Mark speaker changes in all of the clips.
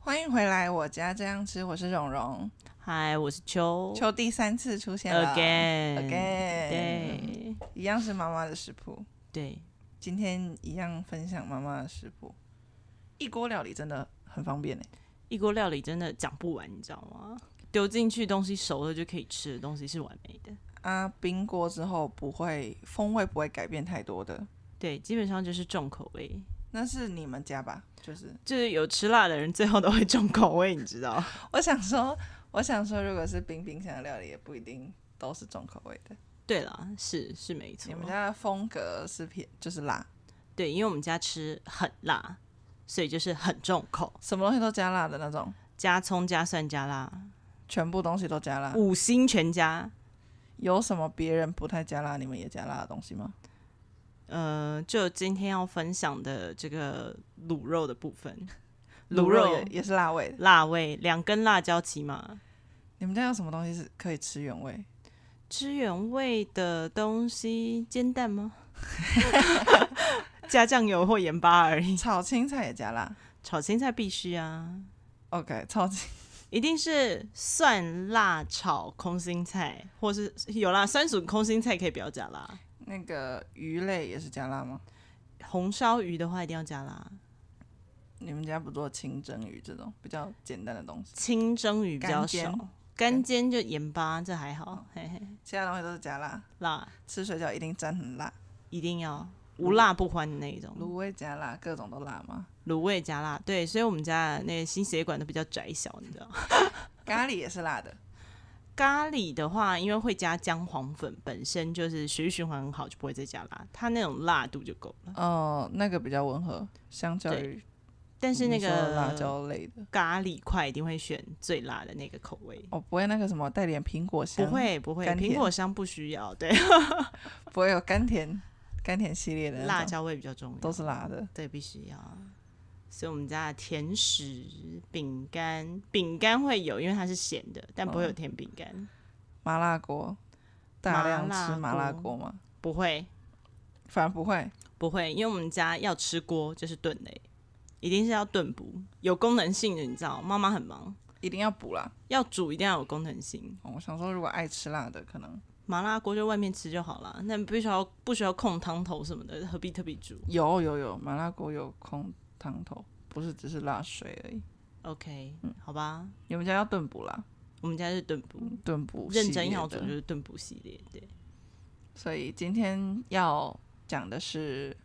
Speaker 1: 欢迎回来，我家这样吃，我是蓉蓉。
Speaker 2: 嗨，我是秋
Speaker 1: 秋第三次出现了 again，
Speaker 2: again 对
Speaker 1: 一样是妈妈的食谱，
Speaker 2: 对，
Speaker 1: 今天一样分享妈妈的食谱。一锅料理真的很方便呢、欸
Speaker 2: 异国料理真的讲不完，你知道吗？丢进去东西熟了就可以吃的东西是完美的，
Speaker 1: 啊，冰锅之后不会风味不会改变太多的，
Speaker 2: 对，基本上就是重口味，
Speaker 1: 那是你们家吧？就是
Speaker 2: 就是有吃辣的人最后都会重口味，你知道？
Speaker 1: 我想说，我想说，如果是冰冰箱的料理，也不一定都是重口味的。
Speaker 2: 对啦，是是没错
Speaker 1: 你，们家的风格是偏就是辣，
Speaker 2: 对，因为我们家吃很辣，所以就是很重口，
Speaker 1: 什么东西都加辣的那种，
Speaker 2: 加葱加蒜加辣，
Speaker 1: 全部东西都加辣。
Speaker 2: 五星全加，
Speaker 1: 有什么别人不太加辣，你们也加辣的东西吗？
Speaker 2: 呃，就今天要分享的这个卤肉的部分，
Speaker 1: 卤
Speaker 2: 卤
Speaker 1: 肉
Speaker 2: 肉
Speaker 1: 也也是辣味的。
Speaker 2: 辣味，两根辣椒起码。
Speaker 1: 你们家有什么东西是可以吃原味？
Speaker 2: 吃原味的东西，煎蛋吗？ 加酱油或盐巴而已。
Speaker 1: 炒青菜也加辣
Speaker 2: 炒青菜必须啊，
Speaker 1: ？OK，炒青
Speaker 2: 一定是蒜辣炒空心菜，或是有啦，酸笋空心菜可以不要加辣。
Speaker 1: 那个鱼类也是加辣吗？
Speaker 2: 红烧鱼的话一定要加辣，
Speaker 1: 你们家不做清蒸鱼这种比较简单的东西，
Speaker 2: 清蒸鱼比较
Speaker 1: 干煎
Speaker 2: 少，干煎哦就盐巴，这还好，嘿嘿，
Speaker 1: 其他东西都是加辣。
Speaker 2: 辣
Speaker 1: 吃水饺一定沾很辣，
Speaker 2: 一定要无辣不欢的那一种。
Speaker 1: 卤味加辣，各种都辣吗？
Speaker 2: 卤味加辣，对，所以我们家的那个心血管都比较窄小，你知道。呃
Speaker 1: 咖喱也是辣的，
Speaker 2: 咖喱的话，因为会加姜黄粉，本身就是血液循环很好，就不会再加辣，它那种辣度就够了。
Speaker 1: 哦、那个比较温和，相较
Speaker 2: 对
Speaker 1: 于
Speaker 2: 但是那
Speaker 1: 你说的
Speaker 2: 个
Speaker 1: 辣椒类的，
Speaker 2: 咖喱块一定会选最辣的那个口味，
Speaker 1: 哦，不会那个什么带点苹果香，
Speaker 2: 不会不会，
Speaker 1: 甘甜
Speaker 2: 苹果香不需要，对，
Speaker 1: 不会有甘甜甘甜系列的那种
Speaker 2: 辣椒味比较重要，
Speaker 1: 都是辣的，
Speaker 2: 对，必须要。所以我们家的甜食、饼干，饼干会有，因为它是咸的，但不会有甜饼干，
Speaker 1: 哦麻辣锅，大量吃麻
Speaker 2: 麻
Speaker 1: 辣
Speaker 2: 辣锅
Speaker 1: 锅吗？
Speaker 2: 不会
Speaker 1: 反而不会，
Speaker 2: 不会，因为我们家要吃锅就是炖的，一定是要炖补，有功能性的，你知道，妈妈很忙。
Speaker 1: 一定要补啦。
Speaker 2: 要煮一定要有功能性，
Speaker 1: 哦我想说，如果爱吃辣的，可能
Speaker 2: 麻辣锅就外面吃就好了，那不需要不需要控汤头什么的，何必特别煮
Speaker 1: 有有有麻辣锅有空汤头，不是只是辣水而已。
Speaker 2: ？OK，、好
Speaker 1: 嗯
Speaker 2: 吧，
Speaker 1: 你们家要炖补啦，
Speaker 2: 我们家是炖补，
Speaker 1: 炖嗯补
Speaker 2: 认
Speaker 1: 系
Speaker 2: 真
Speaker 1: 列
Speaker 2: 要煮
Speaker 1: 的
Speaker 2: 就是炖补系列。对，
Speaker 1: 所以今天要讲的是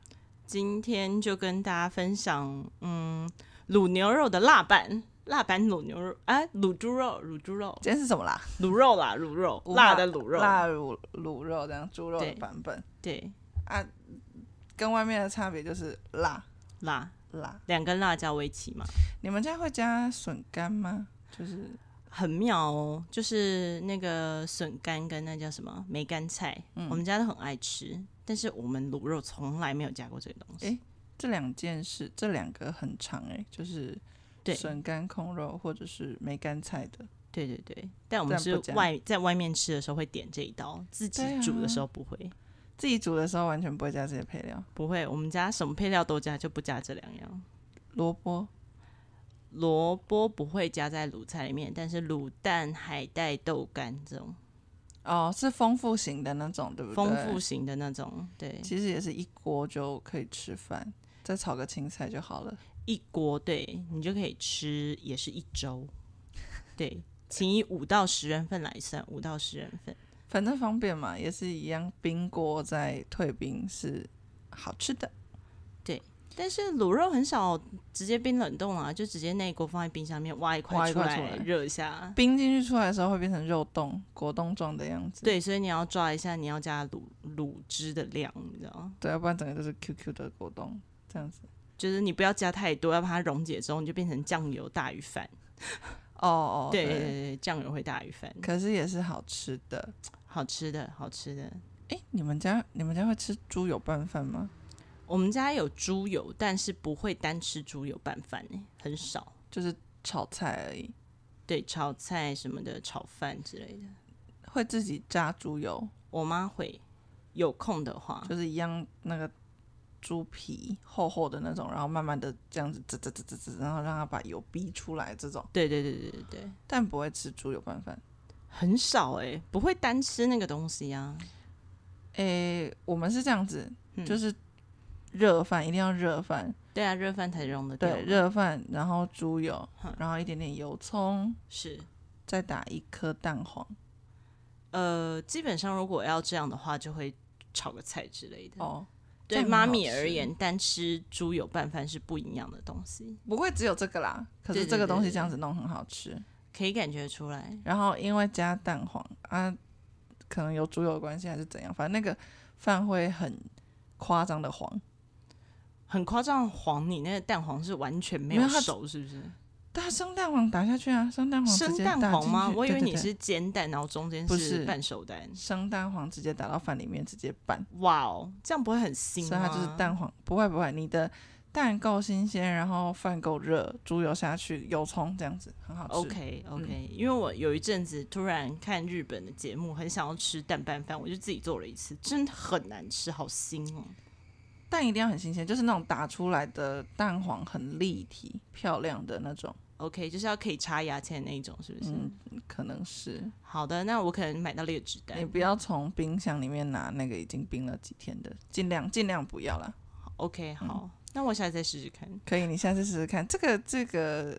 Speaker 2: 今天就跟大家分享，嗯，卤牛肉的辣版。辣版卤牛肉，哎、卤猪肉，卤猪肉，
Speaker 1: 今天是什么啦？
Speaker 2: 卤肉啦，卤肉，
Speaker 1: 无
Speaker 2: 辣的卤 肉，
Speaker 1: 辣卤卤肉这样猪肉的
Speaker 2: 对
Speaker 1: 版本，啊
Speaker 2: 对，
Speaker 1: 跟外面的差别就是辣
Speaker 2: 辣，
Speaker 1: 辣。
Speaker 2: 两根辣椒围棋嘛，
Speaker 1: 你们家会加笋干吗？就是
Speaker 2: 很妙哦，就是那个笋干跟那叫什么梅干菜，
Speaker 1: 嗯
Speaker 2: 我们家都很爱吃，但是我们卤肉从来没有加过这个东西。
Speaker 1: 诶这两件事，这两个很长哎、就是
Speaker 2: 对
Speaker 1: 笋干控肉或者是梅干菜的。
Speaker 2: 对对对，但我们
Speaker 1: 这
Speaker 2: 是
Speaker 1: 样不加
Speaker 2: 外在外面吃的时候会点这一刀，自己
Speaker 1: 对啊
Speaker 2: 煮的时候不会，
Speaker 1: 自己煮的时候完全不会加这些配料，
Speaker 2: 不会。我们家什么配料都加，就不加这两样。
Speaker 1: 萝卜
Speaker 2: 萝卜不会加在卤菜里面，但是卤蛋、海带、豆干这种
Speaker 1: 哦，是丰富型的那种，对不对？
Speaker 2: 丰富，型的那种，对，
Speaker 1: 其实也是一锅就可以吃饭，再炒个青菜就好了。
Speaker 2: 一锅，对你就可以吃，也是一周。对，请以五到十人份来算，五到十人份。
Speaker 1: 反正方便嘛，也是一样。冰锅再退冰是好吃的，
Speaker 2: 但是卤肉很少直接冰冷冻啊，就直接那一锅放在冰箱里面挖一
Speaker 1: 挖
Speaker 2: 块
Speaker 1: 一
Speaker 2: 出
Speaker 1: 块
Speaker 2: 来
Speaker 1: 出来
Speaker 2: 热一下。
Speaker 1: 冰进去出来的时候会变成肉冻、果冻状的样子。
Speaker 2: 对，所以你要抓一下你要加卤卤汁的量，你知道吗？
Speaker 1: 对，要不然整个就是 QQ 的果冻这样子。
Speaker 2: 就是你不要加太多，要把它溶解之后，你就变成酱油大于饭。
Speaker 1: 哦哦，
Speaker 2: 对对对对，酱油会大于饭，
Speaker 1: 可是也是好吃的。
Speaker 2: 好吃的，好吃的。
Speaker 1: 哎，你们家你们家会吃猪油拌饭吗？
Speaker 2: 我们家有猪油，但是不会单吃猪油拌饭、欸，很少。
Speaker 1: 就是炒菜而已，
Speaker 2: 对，炒菜什么的，炒饭之类的。
Speaker 1: 会自己炸猪油，
Speaker 2: 我妈会有空的话，
Speaker 1: 就是一样那个猪皮厚厚的那种，然后慢慢的这样子滋滋滋滋滋，然后让它把油逼出来这种，
Speaker 2: 对对对对对对，
Speaker 1: 但不会吃猪油拌饭。
Speaker 2: 很少哎、不会单吃那个东西啊。
Speaker 1: 诶、我们是这样子，
Speaker 2: 嗯
Speaker 1: 就是热饭一定要热饭，
Speaker 2: 对啊，热饭才用得掉嘛。
Speaker 1: 对，热饭，然后猪油
Speaker 2: 嗯，
Speaker 1: 然后一点点油葱，
Speaker 2: 是
Speaker 1: 再打一颗蛋黄。
Speaker 2: 呃，基本上如果要这样的话，就会炒个菜之类的。
Speaker 1: 哦，这
Speaker 2: 对
Speaker 1: 样很
Speaker 2: 妈
Speaker 1: 好
Speaker 2: 咪
Speaker 1: 吃
Speaker 2: 而言，单吃猪油拌饭是不一样的东西，
Speaker 1: 不会只有这个啦，可
Speaker 2: 对
Speaker 1: 是
Speaker 2: 对
Speaker 1: 这个
Speaker 2: 对
Speaker 1: 东西
Speaker 2: 对
Speaker 1: 这样子弄很好吃。
Speaker 2: 可以感觉出来。
Speaker 1: 然后因为加蛋黄啊，可能有猪油的关系还是怎样，反正那个饭会很夸张的黄，
Speaker 2: 很夸张，黄你那个蛋黄是完全没
Speaker 1: 没
Speaker 2: 有
Speaker 1: 有它
Speaker 2: 熟，是不是？
Speaker 1: 但它生蛋黄打下去啊，生蛋黄直
Speaker 2: 生
Speaker 1: 接打
Speaker 2: 蛋
Speaker 1: 进
Speaker 2: 黄吗？
Speaker 1: 去
Speaker 2: 我以为
Speaker 1: 对对
Speaker 2: 你
Speaker 1: 对
Speaker 2: 是煎蛋，然后中间
Speaker 1: 不
Speaker 2: 是
Speaker 1: 是
Speaker 2: 半熟蛋。
Speaker 1: 生蛋黄直接打到饭里面直接拌，
Speaker 2: 哇哦，这样不会很
Speaker 1: 所
Speaker 2: 腥
Speaker 1: 以
Speaker 2: 吗？
Speaker 1: 它就是蛋黄，不会不会，你的蛋够新鲜，然后饭够热，猪油下去，油葱这样子很好吃。
Speaker 2: OK OK，、因为我有一阵子突然看日本的节目，很想要吃蛋拌饭，我就自己做了一次，真的很难吃，好腥哦。
Speaker 1: 蛋一定要很新鲜，就是那种打出来的蛋黄很立体、漂亮的那种，
Speaker 2: OK，就是要可以插牙签的那一种，是不是？
Speaker 1: 嗯，可能是。
Speaker 2: 好的，那我可能买到劣质
Speaker 1: 你
Speaker 2: 蛋。
Speaker 1: 不要从冰箱里面拿那个已经冰了几天的，尽量尽量不要啦。
Speaker 2: OK，好，
Speaker 1: 嗯
Speaker 2: 那我下次再试试看。
Speaker 1: 可以，你下次试试看。这个这个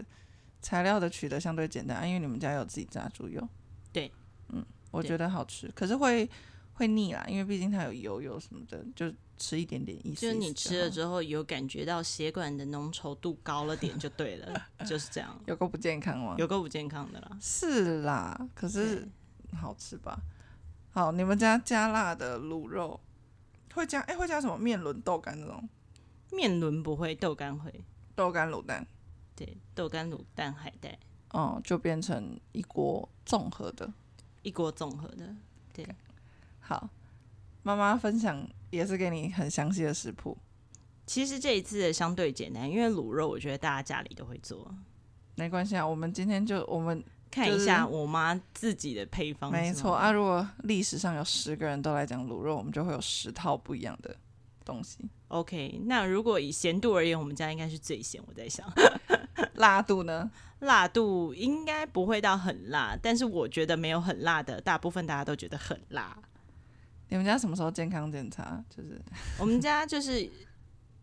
Speaker 1: 材料的取得相对简单，啊因为你们家有自己炸猪油。
Speaker 2: 对，
Speaker 1: 嗯，我
Speaker 2: 对
Speaker 1: 觉得好吃，可是会会腻啦，因为毕竟它有油油什么的，就吃一点点意思。嗯
Speaker 2: 就是你吃了
Speaker 1: 后，
Speaker 2: 之后有感觉到血管的浓稠度高了点就 对了，就是这样，
Speaker 1: 有够不健康吗？
Speaker 2: 有够不健康的啦。
Speaker 1: 是啦，可是
Speaker 2: 对
Speaker 1: 好吃吧？好，你们家加辣的卤肉会加哎、会加什么面轮豆干那种
Speaker 2: 面轮不会，豆干会，
Speaker 1: 豆干卤蛋。
Speaker 2: 对，豆干卤蛋海带
Speaker 1: 哦，就变成一锅综合的。
Speaker 2: 一锅综合的。
Speaker 1: 好，妈妈分享也是给你很详细的食谱。
Speaker 2: 其实这一次的相对简单，因为卤肉我觉得大家家里都会做，
Speaker 1: 没关系啊，我们今天就我们
Speaker 2: 看一下我妈自己的配方。
Speaker 1: 没
Speaker 2: 是
Speaker 1: 错
Speaker 2: 吗
Speaker 1: 啊。如果历史上有十个人都来讲卤肉，我们就会有十套不一样的东西。
Speaker 2: OK，那如果以咸度而言，我们家应该是最咸。我在想，
Speaker 1: 辣度呢？
Speaker 2: 辣度应该不会到很辣，但是我觉得没有很辣的，大部分大家都觉得很辣。
Speaker 1: 你们家什么时候健康检查？就是
Speaker 2: 我们家就是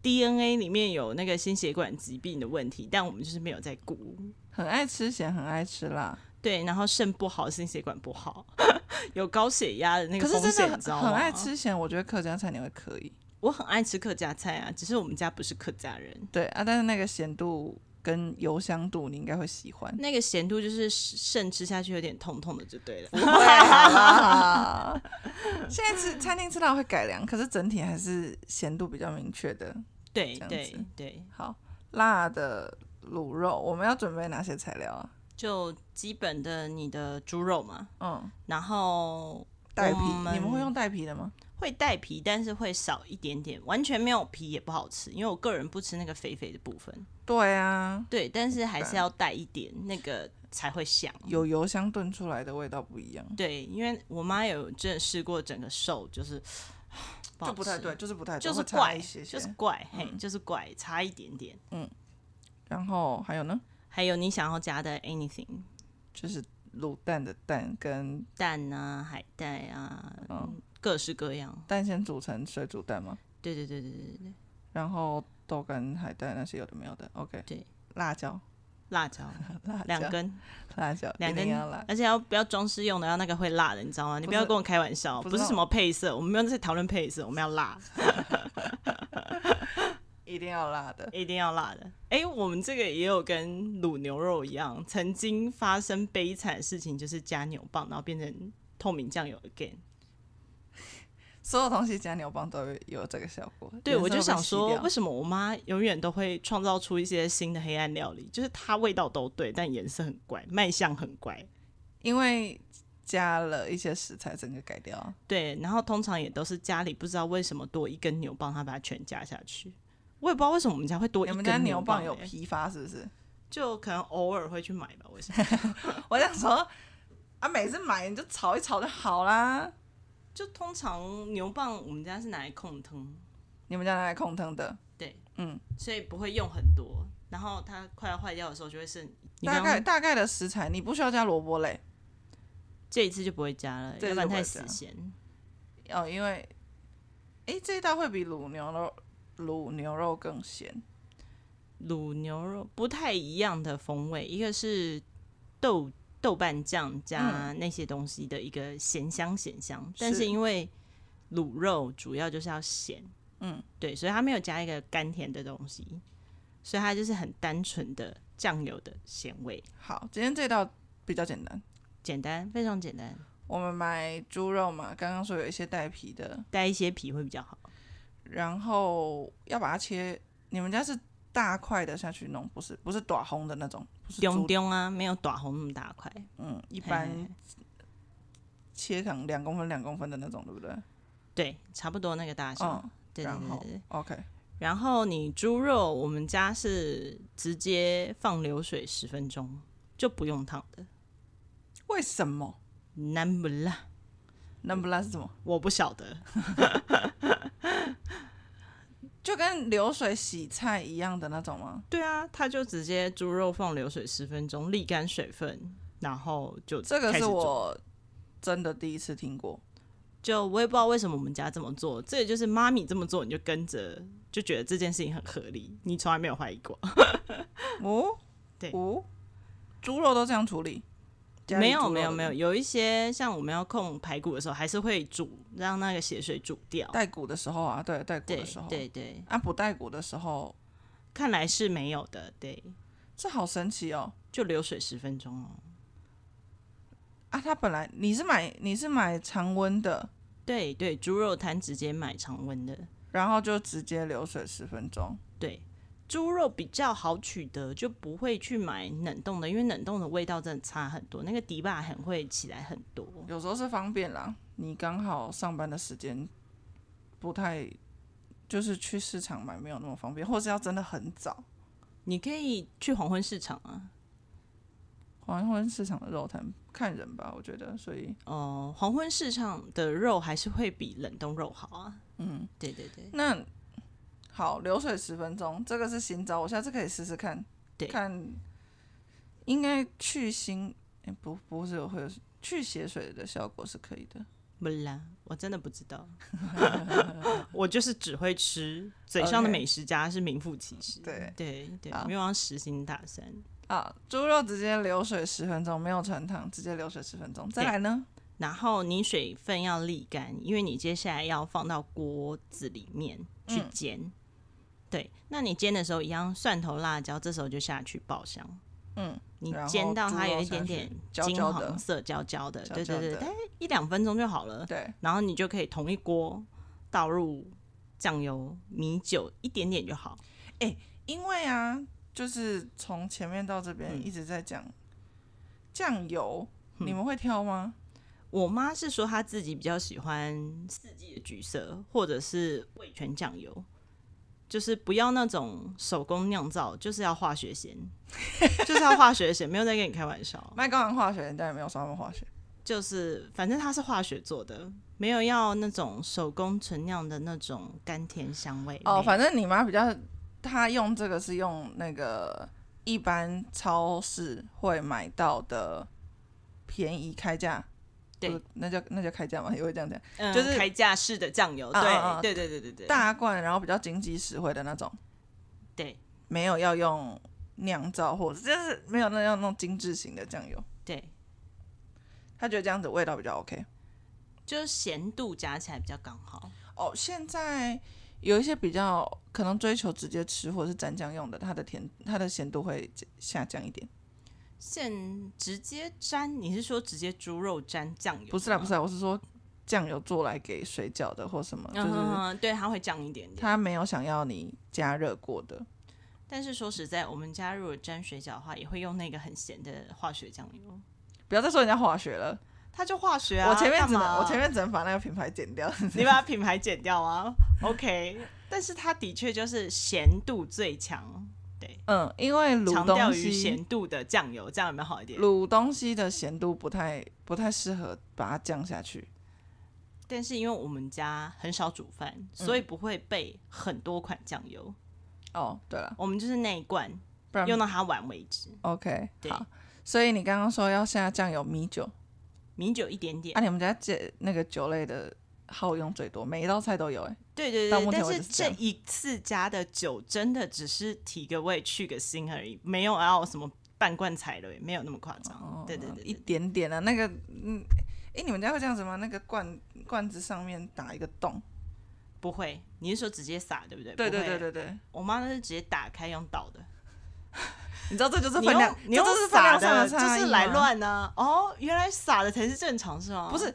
Speaker 2: DNA 里面有那个心血管疾病的问题，但我们就是没有在顾。
Speaker 1: 很爱吃咸，很爱吃辣，
Speaker 2: 对，然后肾不好，心血管不好， 有高血压的那个
Speaker 1: 可
Speaker 2: 风
Speaker 1: 是
Speaker 2: 险，
Speaker 1: 真的
Speaker 2: 你知道
Speaker 1: 很
Speaker 2: 吗？
Speaker 1: 很爱，吃咸。我觉得客家菜你会可以，
Speaker 2: 我很爱吃客家菜啊，只是我们家不是客家人。
Speaker 1: 对啊，但是那个咸度跟油香度你应该会喜欢。
Speaker 2: 那个咸度就是肾吃下去有点痛痛的，就对了。啊
Speaker 1: 啦。 现在吃餐厅吃到会改良，可是整体还是咸度比较明确的。
Speaker 2: 对
Speaker 1: 这样
Speaker 2: 对
Speaker 1: 子
Speaker 2: 对，
Speaker 1: 好，辣的卤肉，我们要准备哪些材料啊？
Speaker 2: 就基本的你的猪肉嘛，
Speaker 1: 嗯，
Speaker 2: 然后
Speaker 1: 带皮
Speaker 2: 我，们
Speaker 1: 你们会用带皮的吗？
Speaker 2: 会带皮，但是会少一点点，完全没有皮也不好吃，因为我个人不吃那个肥肥的部分。
Speaker 1: 对啊，
Speaker 2: 对，但是还是要带一点，那个才会香。
Speaker 1: 有油香炖出来的味道不一样，
Speaker 2: 对，因为我妈有真的试过整个瘦， 就是
Speaker 1: 就不太，
Speaker 2: 好
Speaker 1: 对，就是不太
Speaker 2: 吃
Speaker 1: 对，
Speaker 2: 就是
Speaker 1: 会差
Speaker 2: 怪，
Speaker 1: 一些些。嗯
Speaker 2: 就是怪，嘿，就是怪，差一点点。
Speaker 1: 然后还有呢，
Speaker 2: 还有你想要加的 anything
Speaker 1: 就是卤蛋的蛋跟
Speaker 2: 蛋啊、海带啊，
Speaker 1: 嗯，
Speaker 2: 各式各样。
Speaker 1: 蛋先煮成水煮蛋嘛，
Speaker 2: 对对对对对对对，
Speaker 1: 然后豆干、海带那些有的没有的，OK。
Speaker 2: 对，
Speaker 1: 辣椒，
Speaker 2: 辣椒
Speaker 1: 辣椒，
Speaker 2: 两根，
Speaker 1: 辣椒，
Speaker 2: 两
Speaker 1: 一定
Speaker 2: 根
Speaker 1: 要辣，
Speaker 2: 而且要不要装饰用的，要那个会辣的，你知道吗？你
Speaker 1: 不
Speaker 2: 不要
Speaker 1: 是
Speaker 2: 跟我开玩笑，
Speaker 1: 不
Speaker 2: 不
Speaker 1: 是哦
Speaker 2: 是
Speaker 1: 那
Speaker 2: 什么配色，我们没有在讨论配色，我们要辣，
Speaker 1: 一定要辣的。
Speaker 2: 一定要辣的。哎、我们这个也有跟卤牛肉一样，曾经发生悲惨的事情，就是加牛蒡，然后变成透明酱油 again。
Speaker 1: 所有东西加牛蒡都有这个效果。
Speaker 2: 对，
Speaker 1: 颜色
Speaker 2: 我就
Speaker 1: 会
Speaker 2: 想
Speaker 1: 被洗
Speaker 2: 说，
Speaker 1: 掉
Speaker 2: 为什么我妈永远都会创造出一些新的黑暗料理？就是它味道都对，但颜色很怪，卖相很怪。
Speaker 1: 因为加了一些食材，整个改掉啊。
Speaker 2: 对，然后通常也都是家里不知道为什么多一根牛蒡，她把它全加下去。我也不知道为什么我们家会多一
Speaker 1: 你
Speaker 2: 根
Speaker 1: 们家牛
Speaker 2: 牛
Speaker 1: 蒡
Speaker 2: 蒡
Speaker 1: 有
Speaker 2: 欸
Speaker 1: 批发是不是？
Speaker 2: 就可能偶尔会去买吧。为什 么？
Speaker 1: 我想说，啊，每次买你就炒一炒就好啦。
Speaker 2: 就通常牛蒡我们家是拿来控汤，
Speaker 1: 你们家拿来控汤的，
Speaker 2: 对，
Speaker 1: 嗯，
Speaker 2: 所以不会用很多。然后它快要坏掉的时候就会剩，你
Speaker 1: 大
Speaker 2: 刚
Speaker 1: 概
Speaker 2: 刚
Speaker 1: 大概的食材，你不需要加萝卜嘞，
Speaker 2: 这一次就不会加了，
Speaker 1: 这一次
Speaker 2: 要不然
Speaker 1: 不会
Speaker 2: 太
Speaker 1: 加
Speaker 2: 死咸。
Speaker 1: 哦，因为，诶，这一道会比卤牛肉卤牛肉更咸，
Speaker 2: 卤牛肉不太一样的风味，一个是豆豆瓣酱加
Speaker 1: 嗯
Speaker 2: 那些东西的一个咸香咸香，但是因为卤肉主要就是要咸，
Speaker 1: 嗯，
Speaker 2: 对，所以它没有加一个甘甜的东西，所以它就是很单纯的酱油的咸味，
Speaker 1: 好，今天这道比较简单，
Speaker 2: 简单，非常简单，
Speaker 1: 我们买猪肉嘛，刚刚说有一些带皮的，
Speaker 2: 带一些皮会比较好。
Speaker 1: 然后要把它切，你们家是大块的下去弄，不是不是短红的那种，不是
Speaker 2: 丢
Speaker 1: 猪，
Speaker 2: 丢啊，没有短红那么大块，
Speaker 1: 嗯，一
Speaker 2: 一
Speaker 1: 般切成两公分两公分的那种，对不对？
Speaker 2: 对，差不多那个大小。
Speaker 1: 嗯，
Speaker 2: 对对
Speaker 1: 然
Speaker 2: 对
Speaker 1: 后
Speaker 2: 对对。
Speaker 1: OK，
Speaker 2: 然后你猪肉，我们家是直接放流水十分钟，就不用烫的。
Speaker 1: 为什么？
Speaker 2: 难不啦？
Speaker 1: 那不拉是什么？
Speaker 2: 我不晓得。
Speaker 1: 就跟流水洗菜一样的那种吗？
Speaker 2: 对啊，他就直接猪肉放流水十分钟，沥干水分，然后就
Speaker 1: 这个
Speaker 2: 开
Speaker 1: 是
Speaker 2: 始做
Speaker 1: 我真的第一次听 过。
Speaker 2: 就我也不知道为什么我们家这么做，这也就是妈咪这么做，你就跟着就觉得这件事情很合理，你从来没有怀疑过。
Speaker 1: 哦，
Speaker 2: 对
Speaker 1: 哦，猪肉都这样处理？家里
Speaker 2: 没有
Speaker 1: 猪肉
Speaker 2: 没有
Speaker 1: 的
Speaker 2: 没有，有一些像我们要控排骨的时候，还是会煮，让那个血水煮掉。
Speaker 1: 带骨的时候啊，对，带骨
Speaker 2: 对
Speaker 1: 的时候，
Speaker 2: 对对，
Speaker 1: 啊，不带骨的时候，
Speaker 2: 看来是没有的。对，
Speaker 1: 这好神奇哦。
Speaker 2: 就流水十分钟哦。
Speaker 1: 啊，他本来你是买你是买常温的，
Speaker 2: 对对，猪肉摊直接买常温的。
Speaker 1: 然后就直接流水十分钟。
Speaker 2: 对，猪肉比较好取得，就不会去买冷冻的，因为冷冻的味道真的差很多，那个迪霸很会起来很多。
Speaker 1: 有时候是方便啦，你刚好上班的时间不太，就是去市场买没有那么方便，或是要真的很早。
Speaker 2: 你可以去黄昏市场啊，
Speaker 1: 黄昏市场的肉摊看人吧，我觉得，所以
Speaker 2: 哦、黄昏市场的肉还是会比冷冻肉好啊。嗯，对对对，
Speaker 1: 那好，流水十分钟，这个是新招，我下次可以试试看。
Speaker 2: 对
Speaker 1: 看应该去腥，诶不不是有会有去血水的效果是可以的。
Speaker 2: 不啦，我真的不 知道，我就是只会吃，嘴上的
Speaker 1: OK
Speaker 2: 美食家是名副其实。
Speaker 1: 对
Speaker 2: 对对
Speaker 1: 好，
Speaker 2: 没有要实行打算。
Speaker 1: 啊，猪肉直接流水十分钟，没有传汤，直接流水十分钟。再来呢？
Speaker 2: 然后你水分要沥干，因为你接下来要放到锅子里面去
Speaker 1: 嗯
Speaker 2: 煎。对，那你煎的时候一样，蒜头、辣椒这时候就下去爆香。
Speaker 1: 嗯，
Speaker 2: 你
Speaker 1: 然后
Speaker 2: 煎到它
Speaker 1: 猪肉
Speaker 2: 有一
Speaker 1: 下
Speaker 2: 点
Speaker 1: 去
Speaker 2: 点
Speaker 1: 焦
Speaker 2: 金
Speaker 1: 焦的
Speaker 2: 黄色、焦焦的，
Speaker 1: 焦
Speaker 2: 对
Speaker 1: 焦
Speaker 2: 对对，
Speaker 1: 的
Speaker 2: 大概一两分钟就好了。
Speaker 1: 对，
Speaker 2: 然后你就可以同一锅倒入酱油、米酒一点点就好。
Speaker 1: 因为啊，就是从前面到这边
Speaker 2: 嗯
Speaker 1: 一直在讲酱、油，你们会挑吗？
Speaker 2: 我妈是说她自己比较喜欢四季的橘色，或者是味全酱油，就是不要那种手工酿造，就是要化 学咸，就是要化学咸，没有在跟你开玩笑，
Speaker 1: 麦高兰化学，人家也没有说他们化学。
Speaker 2: 就是反正它是化学做的，没有要那种手工纯酿的那种甘甜香味。
Speaker 1: 哦，
Speaker 2: 没
Speaker 1: 反正你妈比较，她用这个是用那个一般超市会买到的便宜开价，
Speaker 2: 对
Speaker 1: 不是，那叫那叫开价嘛，也会这样讲，
Speaker 2: 嗯
Speaker 1: 就是
Speaker 2: 开架式的酱油，
Speaker 1: 啊啊啊
Speaker 2: 对对对对对对
Speaker 1: 大罐然后比较经济实惠的那种，
Speaker 2: 对
Speaker 1: 没有要用酿造或者就是没有那样那种精致型的酱油，
Speaker 2: 对，
Speaker 1: 她觉得这样子味道比较 OK。
Speaker 2: 就是咸度加起来比较刚好。
Speaker 1: 哦，现在有一些比较可能追求直接吃或者是蘸酱用的，它的甜它的咸度会下降一点。
Speaker 2: 现直接沾，你是说直接猪肉沾酱油吗？
Speaker 1: 不是啦，不是啦，我是说酱油做来给水饺的或什么，就
Speaker 2: 嗯哼
Speaker 1: 是
Speaker 2: 哼，对，它会降一点点。
Speaker 1: 它没有想要你加热过的。
Speaker 2: 但是说实在，我们家如果沾水饺的话，也会用那个很咸的化学酱油，
Speaker 1: 不要再说人家化学了，
Speaker 2: 它就化学啊。
Speaker 1: 我前面
Speaker 2: 干
Speaker 1: 只能
Speaker 2: 嘛
Speaker 1: 我前面只能把那个品牌剪掉。
Speaker 2: 你把品牌剪掉啊，OK。但是它的确就是咸度最强，
Speaker 1: 嗯，因为卤
Speaker 2: 强调
Speaker 1: 东
Speaker 2: 于
Speaker 1: 西
Speaker 2: 咸度的酱油，这样有没有好一点？
Speaker 1: 卤东西的咸度不太不太适合把它降下去。
Speaker 2: 但是因为我们家很少煮饭，所以
Speaker 1: 嗯
Speaker 2: 不会备很多款酱油，
Speaker 1: 哦，对了，
Speaker 2: 我们就是那一罐
Speaker 1: 不然
Speaker 2: 用到它完为止，
Speaker 1: OK
Speaker 2: 对
Speaker 1: 好。所以你刚刚说要下酱油米酒，
Speaker 2: 米酒一点点。
Speaker 1: 啊，你们家这那个酒类的耗用最多，每一道菜都有哎、
Speaker 2: 对对
Speaker 1: 到
Speaker 2: 对，
Speaker 1: 目前
Speaker 2: 但
Speaker 1: 为
Speaker 2: 是
Speaker 1: 止是这
Speaker 2: 这
Speaker 1: 样
Speaker 2: 一次加的酒真的只是提个味去个心而已，没有要什么半罐彩了，没有那么夸张。
Speaker 1: 哦
Speaker 2: 对对对
Speaker 1: 一
Speaker 2: 对，
Speaker 1: 点点啊，那个嗯，哎、你们家会这样子吗？那个罐罐子上面打一个洞，
Speaker 2: 不会，你是说直接撒对不对？
Speaker 1: 对对
Speaker 2: 不会
Speaker 1: 对对对，
Speaker 2: 我妈那是直接打开用倒的，
Speaker 1: 你知道这就是
Speaker 2: 你
Speaker 1: 分量
Speaker 2: 用，你用
Speaker 1: 这就是分
Speaker 2: 撒
Speaker 1: 量上
Speaker 2: 的，
Speaker 1: 的
Speaker 2: 就
Speaker 1: 差异
Speaker 2: 是来
Speaker 1: 吗，
Speaker 2: 乱呢、哦，原来撒的才是正常是吗？
Speaker 1: 不是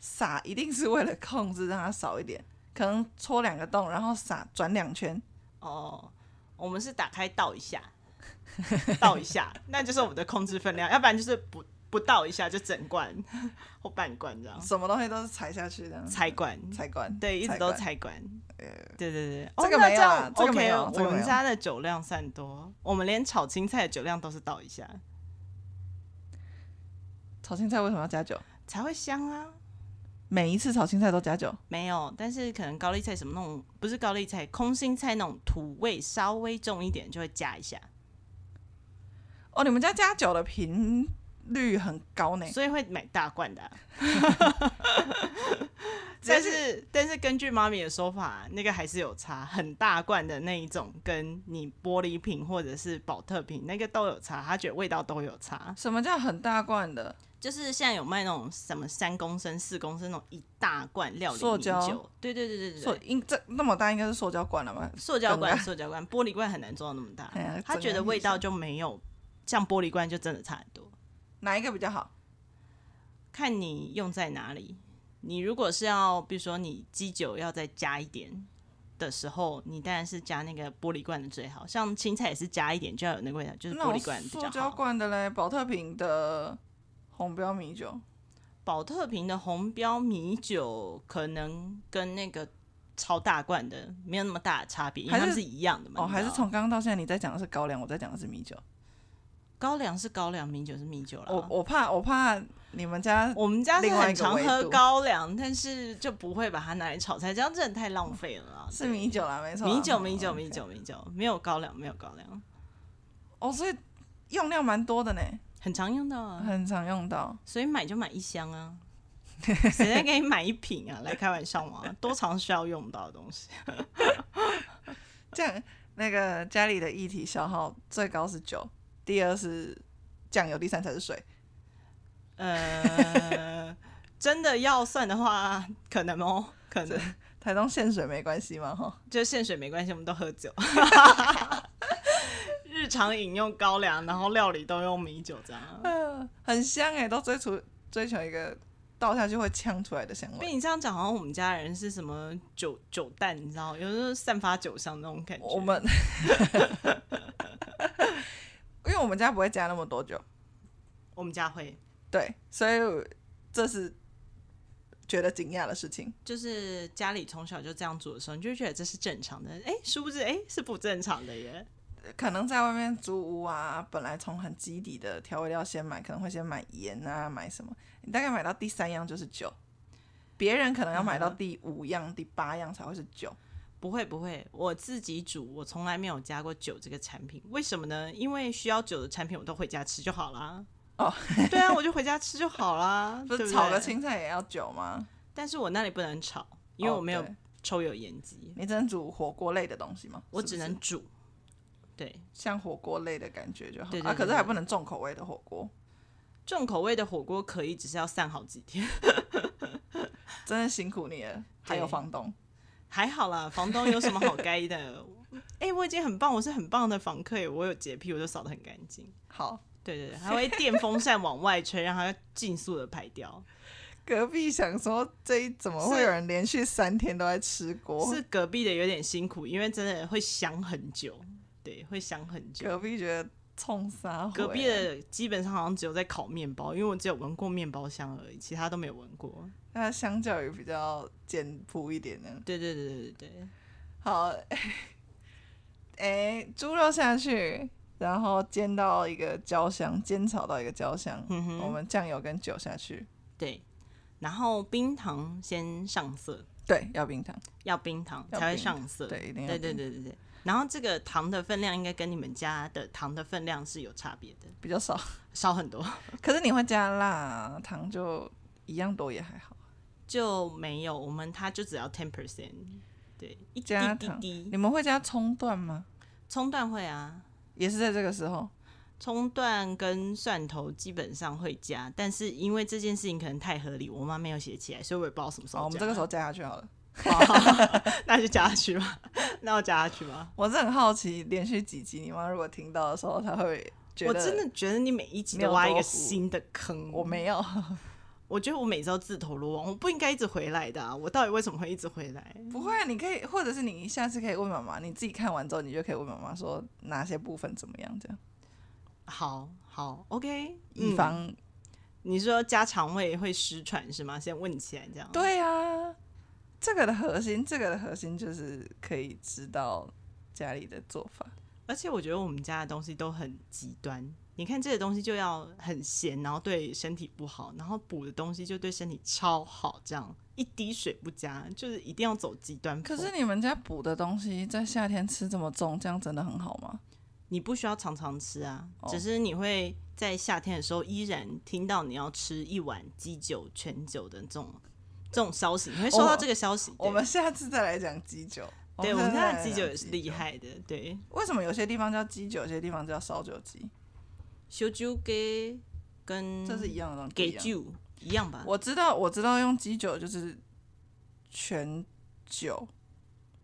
Speaker 1: 撒一定是为了控制让它少一点，可能戳两个洞，然后撒转两圈，
Speaker 2: 哦，我们是打开倒一下，倒一下，那就是我们的控制分量，要不然就是不不倒一下就整罐 或半罐这样，
Speaker 1: 什么东西都是踩下去的，
Speaker 2: 拆罐，
Speaker 1: 菜罐，
Speaker 2: 哦对，一直都
Speaker 1: 罐
Speaker 2: 拆罐。对对对，
Speaker 1: 这个
Speaker 2: 哦那
Speaker 1: 没有啊
Speaker 2: 样
Speaker 1: 这个没
Speaker 2: OK，
Speaker 1: 有这个
Speaker 2: 我
Speaker 1: 没
Speaker 2: 们
Speaker 1: 有
Speaker 2: 家的酒量算多，我们连炒青菜的酒量都是倒一下
Speaker 1: 炒青菜为什么要加酒？
Speaker 2: 才会香啊。
Speaker 1: 每一次炒青菜都加酒，
Speaker 2: 没有，但是可能高丽菜什么那种，不是高丽菜，空心菜那种土味稍微重一点就会加一下，
Speaker 1: 哦，你们家加酒的频率很高呢。
Speaker 2: 所以会买大 罐的啊、
Speaker 1: 但
Speaker 2: 但
Speaker 1: 是
Speaker 2: 是但是根据妈咪的说法，那个还是有差，很大罐的那一种，跟你玻璃瓶或者是保特瓶那个都有差，她觉得味道都有差。
Speaker 1: 什么叫很大罐的？
Speaker 2: 就是现在有卖那种什么三公升、四公升那种一大罐料理
Speaker 1: 塑
Speaker 2: 米
Speaker 1: 胶
Speaker 2: 酒，对对对对对，
Speaker 1: 塑应这那么大应该是塑胶罐了吧？
Speaker 2: 塑胶
Speaker 1: 整
Speaker 2: 罐，
Speaker 1: 个
Speaker 2: 塑胶罐，玻璃罐很难做到那么大
Speaker 1: 哎呀。
Speaker 2: 他
Speaker 1: 整
Speaker 2: 觉
Speaker 1: 个
Speaker 2: 得
Speaker 1: 很
Speaker 2: 味道
Speaker 1: 像
Speaker 2: 就没有像玻璃罐就真的差很多，
Speaker 1: 哪一个比较好？
Speaker 2: 看你用在哪里。你如果是要，比如说你基酒要再加一点的时候，你当然是加那个玻璃罐的最好。像青菜也是加一点就要有那个味道，就是
Speaker 1: 那
Speaker 2: 玻
Speaker 1: 种
Speaker 2: 璃罐比
Speaker 1: 塑
Speaker 2: 较
Speaker 1: 胶
Speaker 2: 好。
Speaker 1: 罐的嘞，宝特瓶的红标米酒，
Speaker 2: 宝特瓶的红标米酒可能跟那个超大罐的没有那么大的差别，因为
Speaker 1: 还
Speaker 2: 它们
Speaker 1: 是
Speaker 2: 是一样的嘛。
Speaker 1: 哦，
Speaker 2: 你知
Speaker 1: 还是
Speaker 2: 道
Speaker 1: 从刚刚到现在你在讲的是高粱，我在讲的是米酒。
Speaker 2: 高粱是高粱，米酒是米酒啦。
Speaker 1: 我我怕我怕你们家
Speaker 2: 我们家是
Speaker 1: 另外一
Speaker 2: 很
Speaker 1: 个
Speaker 2: 常
Speaker 1: 维
Speaker 2: 喝
Speaker 1: 度
Speaker 2: 高粱，但是就不会把它拿来炒菜，这样真的太浪费了啊。
Speaker 1: 是米酒啦，没错啦，
Speaker 2: 米酒，米酒，
Speaker 1: 嗯
Speaker 2: 米。酒，米酒，没有高粱，没有高粱，
Speaker 1: 哦，所以用量蛮多的呢，
Speaker 2: 很常用到啊，
Speaker 1: 很常用到。
Speaker 2: 所以买就买一箱啊，谁再给你买一瓶啊？来开玩笑嘛，多常需要用到的东西。
Speaker 1: 这样，那个家里的液体消耗最高是酒，第二是酱油，第三才是水。
Speaker 2: 呃，真的要算的话，可能哦，可能
Speaker 1: 台东限水没关系吗？哈，
Speaker 2: 就限水没关系，我们都喝酒。 日常饮用高粱，然后料理都用米酒这样啊。
Speaker 1: 呃，很香哎、都追求追求一个倒下去会呛出来的香
Speaker 2: 被
Speaker 1: 味。
Speaker 2: 你这样讲，好像我们家人是什么酒酒蛋，你知道，有时候散发酒香那种感觉。
Speaker 1: 我们， 因为我们家不会加那么多酒，
Speaker 2: 我们家会，
Speaker 1: 对，所以这是觉得惊讶的事情。
Speaker 2: 就是家里从小就这样做的时候，你就会觉得这是正常的。哎、殊不知哎、是不正常的耶。
Speaker 1: 可能在外面租屋啊，本来从很基底的调味料先买，可能会先买盐啊，买什么？你大概买到第三样就是酒，别人可能要买到第五样、第八样才会是酒。
Speaker 2: 不会不会，我自己煮，我从来没有加过酒这个产品。为什么呢？因为需要酒的产品，我都回家吃就好啦。
Speaker 1: 哦，
Speaker 2: 对啊，我就回家吃就好啦，
Speaker 1: 不
Speaker 2: 嗯对
Speaker 1: 是
Speaker 2: 对
Speaker 1: 炒个青菜也要酒吗？
Speaker 2: 但是我那里不能炒，因为
Speaker 1: 哦
Speaker 2: 我没有
Speaker 1: 对
Speaker 2: 抽油烟机，
Speaker 1: 你只能煮火锅类的东西吗？
Speaker 2: 我
Speaker 1: 是不
Speaker 2: 只
Speaker 1: 是
Speaker 2: 能煮。对，
Speaker 1: 像火锅类的感觉就好
Speaker 2: 对对
Speaker 1: 啊，
Speaker 2: 对
Speaker 1: 可是
Speaker 2: 对
Speaker 1: 还不能重口味的火锅，
Speaker 2: 重口味的火锅可以，只是要散好几天。
Speaker 1: 真的辛苦你了。还有房东，
Speaker 2: 还好啦，房东有什么好 该的？哎、我已经很棒，我是很棒的房客耶，我有洁癖，我就扫得很干净。
Speaker 1: 好，
Speaker 2: 对对对，还会电风扇往外吹，让它尽速的排掉。
Speaker 1: 隔壁想说这一怎么会
Speaker 2: 是
Speaker 1: 有人连续三天都在吃锅？
Speaker 2: 是隔壁的有点辛苦，因为真的会香很久，对，会香很久。
Speaker 1: 隔壁觉得冲杀、
Speaker 2: 隔壁的基本上好像只有在烤面包，因为我只有闻过面包香而已，其他都没有闻过。
Speaker 1: 那相较于比较简朴一点呢。
Speaker 2: 对对对对对对，
Speaker 1: 好， 哎、猪肉下去，然后煎到一个焦香，煎炒到一个焦香。
Speaker 2: 嗯哼
Speaker 1: 我们酱油跟酒下去，
Speaker 2: 对，然后冰糖先上色，
Speaker 1: 对，要冰糖，
Speaker 2: 要冰糖
Speaker 1: 要
Speaker 2: 才会
Speaker 1: 冰糖
Speaker 2: 上色。
Speaker 1: 对，一定要
Speaker 2: 对对
Speaker 1: 冰
Speaker 2: 对对对。然后这个糖的分量应该跟你们家的糖的分量是有差别的，
Speaker 1: 比较少。
Speaker 2: 少很多，
Speaker 1: 可是你会加辣糖就一样多也还好。
Speaker 2: 就没有我们它就只要 ten percent，对，一滴
Speaker 1: 加
Speaker 2: 滴
Speaker 1: 糖
Speaker 2: 滴。
Speaker 1: 你们会加葱段吗？
Speaker 2: 葱段会啊，
Speaker 1: 也是在这个时候，
Speaker 2: 葱段跟蒜头基本上会加，但是因为这件事情可能太合理，我妈没有写起来，所以我也不知道什么时
Speaker 1: 好，
Speaker 2: 候加。
Speaker 1: 哦我们这个时候加下去好了。
Speaker 2: 好 那就加下去吧， 那我加下去吧。
Speaker 1: 我是很好奇，连续几集你妈如果听到的时候，她会觉
Speaker 2: 我
Speaker 1: 得
Speaker 2: 真的觉得你每一集
Speaker 1: 没有
Speaker 2: 都挖一
Speaker 1: 多
Speaker 2: 个
Speaker 1: 糊
Speaker 2: 新的坑，
Speaker 1: 我没有，
Speaker 2: 我觉得我每次都自投罗网，我不应该一直回来的、啊。我到底为什么会一直回来？
Speaker 1: 不会啊，你可以，或者是你下次可以问妈妈，你自己看完之后，你就可以问妈妈说哪些部分怎么样，这样
Speaker 2: 好好，OK，
Speaker 1: 以、
Speaker 2: 嗯、
Speaker 1: 防、
Speaker 2: 你说加肠胃会失传是吗？先问起来这样。，
Speaker 1: 对啊，这个的核心，这个的核心就是可以知道家里的做法。
Speaker 2: 而且我觉得我们家的东西都很极端。你看这些东西就要很咸，然后对身体不好，然后补的东西就对身体超好，这样一滴水不加，就是一定要走极端
Speaker 1: 可
Speaker 2: 风。
Speaker 1: 是你们家补的东西在夏天吃这么重，这样真的很好吗？
Speaker 2: 你不需要常常吃啊，
Speaker 1: 哦
Speaker 2: 只是你会在夏天的时候依然听到你要吃一碗鸡酒、全酒的这种这种消息，你会收到这个消息。对
Speaker 1: 哦我们下次再来讲鸡酒。
Speaker 2: 对我们
Speaker 1: 下次再来
Speaker 2: 家的
Speaker 1: 讲
Speaker 2: 鸡酒也是厉。害的，对，
Speaker 1: 为什么有些地方叫鸡酒，有些地方叫烧酒鸡？
Speaker 2: 烧酒给跟
Speaker 1: 这是一样的东西。
Speaker 2: 嗯给
Speaker 1: 不一样
Speaker 2: 酒一样吧？
Speaker 1: 我知道，我知道用鸡酒就是全酒，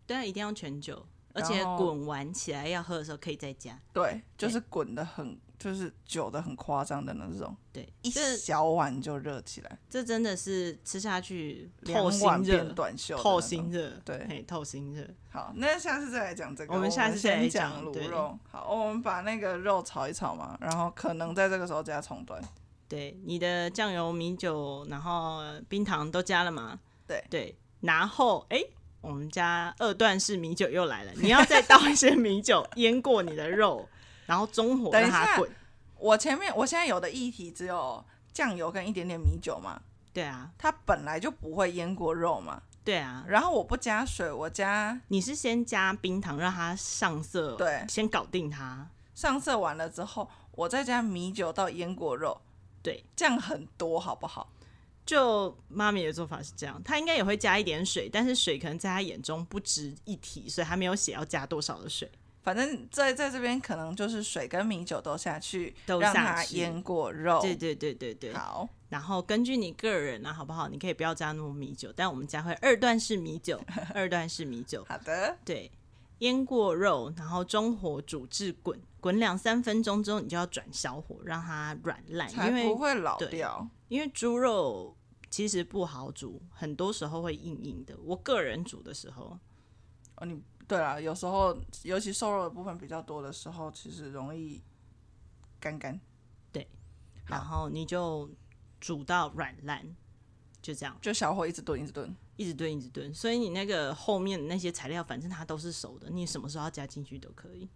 Speaker 2: 对啊，一定要全酒，而
Speaker 1: 然后
Speaker 2: 且滚完起来要喝的时候可以再加。
Speaker 1: 对，就是滚的很，就是酒的很夸张的那种，
Speaker 2: 对，
Speaker 1: 一
Speaker 2: 这
Speaker 1: 小碗就热起来，
Speaker 2: 这真的是吃下去
Speaker 1: 两
Speaker 2: 透心
Speaker 1: 碗变
Speaker 2: 热，
Speaker 1: 短袖，
Speaker 2: 透心。热，
Speaker 1: 对
Speaker 2: 嘿，透心热。
Speaker 1: 好，那下次再来讲这个。
Speaker 2: 我们下次再来
Speaker 1: 先
Speaker 2: 讲
Speaker 1: 讲
Speaker 2: 对
Speaker 1: 卤肉。好，我们把那个肉炒一炒嘛，然后可能在这个时候加葱段。
Speaker 2: 对，你的酱油、米酒，然后冰糖都加了嘛？
Speaker 1: 对
Speaker 2: 对，然后哎、诶我们家二段式米酒又来了，你要再倒一些米酒腌过你的肉，然后中火
Speaker 1: 等一
Speaker 2: 让它
Speaker 1: 下
Speaker 2: 滚。
Speaker 1: 我前面我现在有的议题只有酱油跟一点点米酒嘛，
Speaker 2: 对啊，
Speaker 1: 它本来就不会腌过肉嘛，
Speaker 2: 对啊，
Speaker 1: 然后我不加水，我加
Speaker 2: 你是先加冰糖让它上色，
Speaker 1: 对
Speaker 2: 先搞定它。
Speaker 1: 上色完了之后，我再加米酒到腌过肉，
Speaker 2: 对，
Speaker 1: 这样很多好不好？
Speaker 2: 就妈咪的做法是这样，她应该也会加一点水，但是水可能在她眼中不值一提，所以她没有写要加多少的水。
Speaker 1: 反正在在这边可能就是水跟米酒都下去，
Speaker 2: 都
Speaker 1: 让
Speaker 2: 下
Speaker 1: 它
Speaker 2: 去
Speaker 1: 腌过肉。
Speaker 2: 对对对对对，
Speaker 1: 好，
Speaker 2: 然后根据你个人啊，好不好？你可以不要加那么米酒，但我们家会二段式米 酒，二段式米酒，
Speaker 1: 好的，
Speaker 2: 对，腌过肉，然后中火煮至滚，滚两三分钟之后，你就要转小火，让它软烂，
Speaker 1: 才
Speaker 2: 啊因
Speaker 1: 不
Speaker 2: 为
Speaker 1: 会老
Speaker 2: 对
Speaker 1: 掉。
Speaker 2: 因为猪肉其实不好煮，很多时候会硬硬的。我个人煮的时候，
Speaker 1: 哦，你对啦，有时候尤其瘦肉的部分比较多的时候，其实容易干干。好
Speaker 2: 然后你就煮到软烂，就这样。
Speaker 1: 就小火一直炖，一直炖。
Speaker 2: 一直炖，一直炖，所以你那个后面的那些材料，反正它都是熟的，你什么时候要加进去都可以。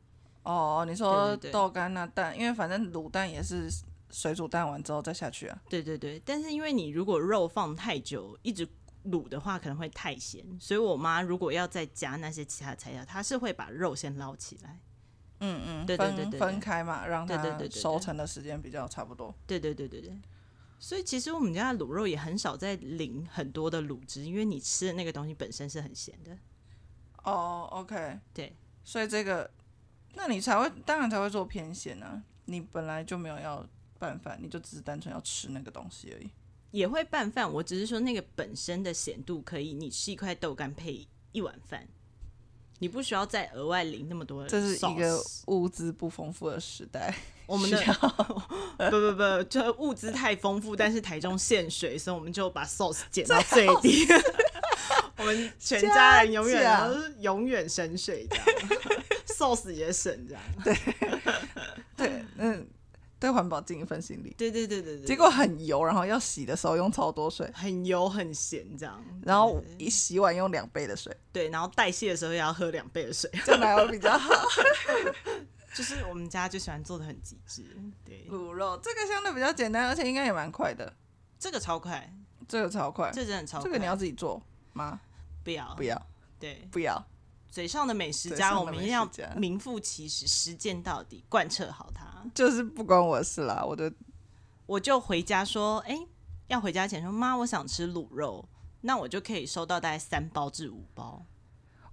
Speaker 1: 哦，你说
Speaker 2: 对对对
Speaker 1: 豆干啊蛋，因为反正卤蛋也是水煮蛋完之后再下去啊。
Speaker 2: 对对对，但是因为你如果肉放太久，一直卤的话，可能会太咸，所以我妈如果要再加那些其他材料，她是会把肉先捞起来。
Speaker 1: 嗯嗯，
Speaker 2: 对对对对对
Speaker 1: 分分开嘛，让
Speaker 2: 对对
Speaker 1: 它
Speaker 2: 对对对
Speaker 1: 熟成的时间比较差不多。
Speaker 2: 对对对对对，所以其实我们家的卤肉也很少在淋很多的卤汁，因为你吃的那个东西本身是很咸的。
Speaker 1: 哦，OK，
Speaker 2: 对，
Speaker 1: 所以这个，那你才会当然才会做偏咸啊。你本来就没有要拌饭，你就只是单纯要吃那个东西而已。
Speaker 2: 也会拌饭，我只是说那个本身的咸度可以，你吃一块豆干配一碗饭，你不需要再额外淋那么多的 sauce。
Speaker 1: 这是一个物资不丰富的时代，
Speaker 2: 我们的
Speaker 1: 需
Speaker 2: 不不不，就是物资太丰富，但是台中限水，所以我们就把 sauce 减到最低。 我们全家人永
Speaker 1: 加
Speaker 2: 远
Speaker 1: 价
Speaker 2: 都是永远省水这样 ，sauce 也省这样。
Speaker 1: 对，嗯，对环保尽一份心力。
Speaker 2: 对对对对对，
Speaker 1: 结果很油，然后要洗的时候用超多水，
Speaker 2: 很油很咸这样，
Speaker 1: 然后
Speaker 2: 对
Speaker 1: 一洗碗用两倍的水，
Speaker 2: 对，然后代谢的时候也要喝两倍的水，
Speaker 1: 这样哪有比较好？
Speaker 2: 就是我们家就喜欢做的很极致。对，
Speaker 1: 卤肉这个相对比较简单，而且应该也蛮快的。
Speaker 2: 这个超快，
Speaker 1: 这个超快，
Speaker 2: 这真的超
Speaker 1: 这个你
Speaker 2: 快哦
Speaker 1: 要自己做吗？
Speaker 2: 不要
Speaker 1: 不要，
Speaker 2: 对
Speaker 1: 不要，
Speaker 2: 嘴上的美食
Speaker 1: 嘴
Speaker 2: 家，
Speaker 1: 上
Speaker 2: 我
Speaker 1: 的
Speaker 2: 们
Speaker 1: 美
Speaker 2: 一定
Speaker 1: 食
Speaker 2: 要
Speaker 1: 家
Speaker 2: 名副其实，实践到底，贯彻好它。
Speaker 1: 就是不关我事啦。我的
Speaker 2: 我就回家说，哎、要回家前说，妈，我想吃卤肉，那我就可以收到大概三包至五包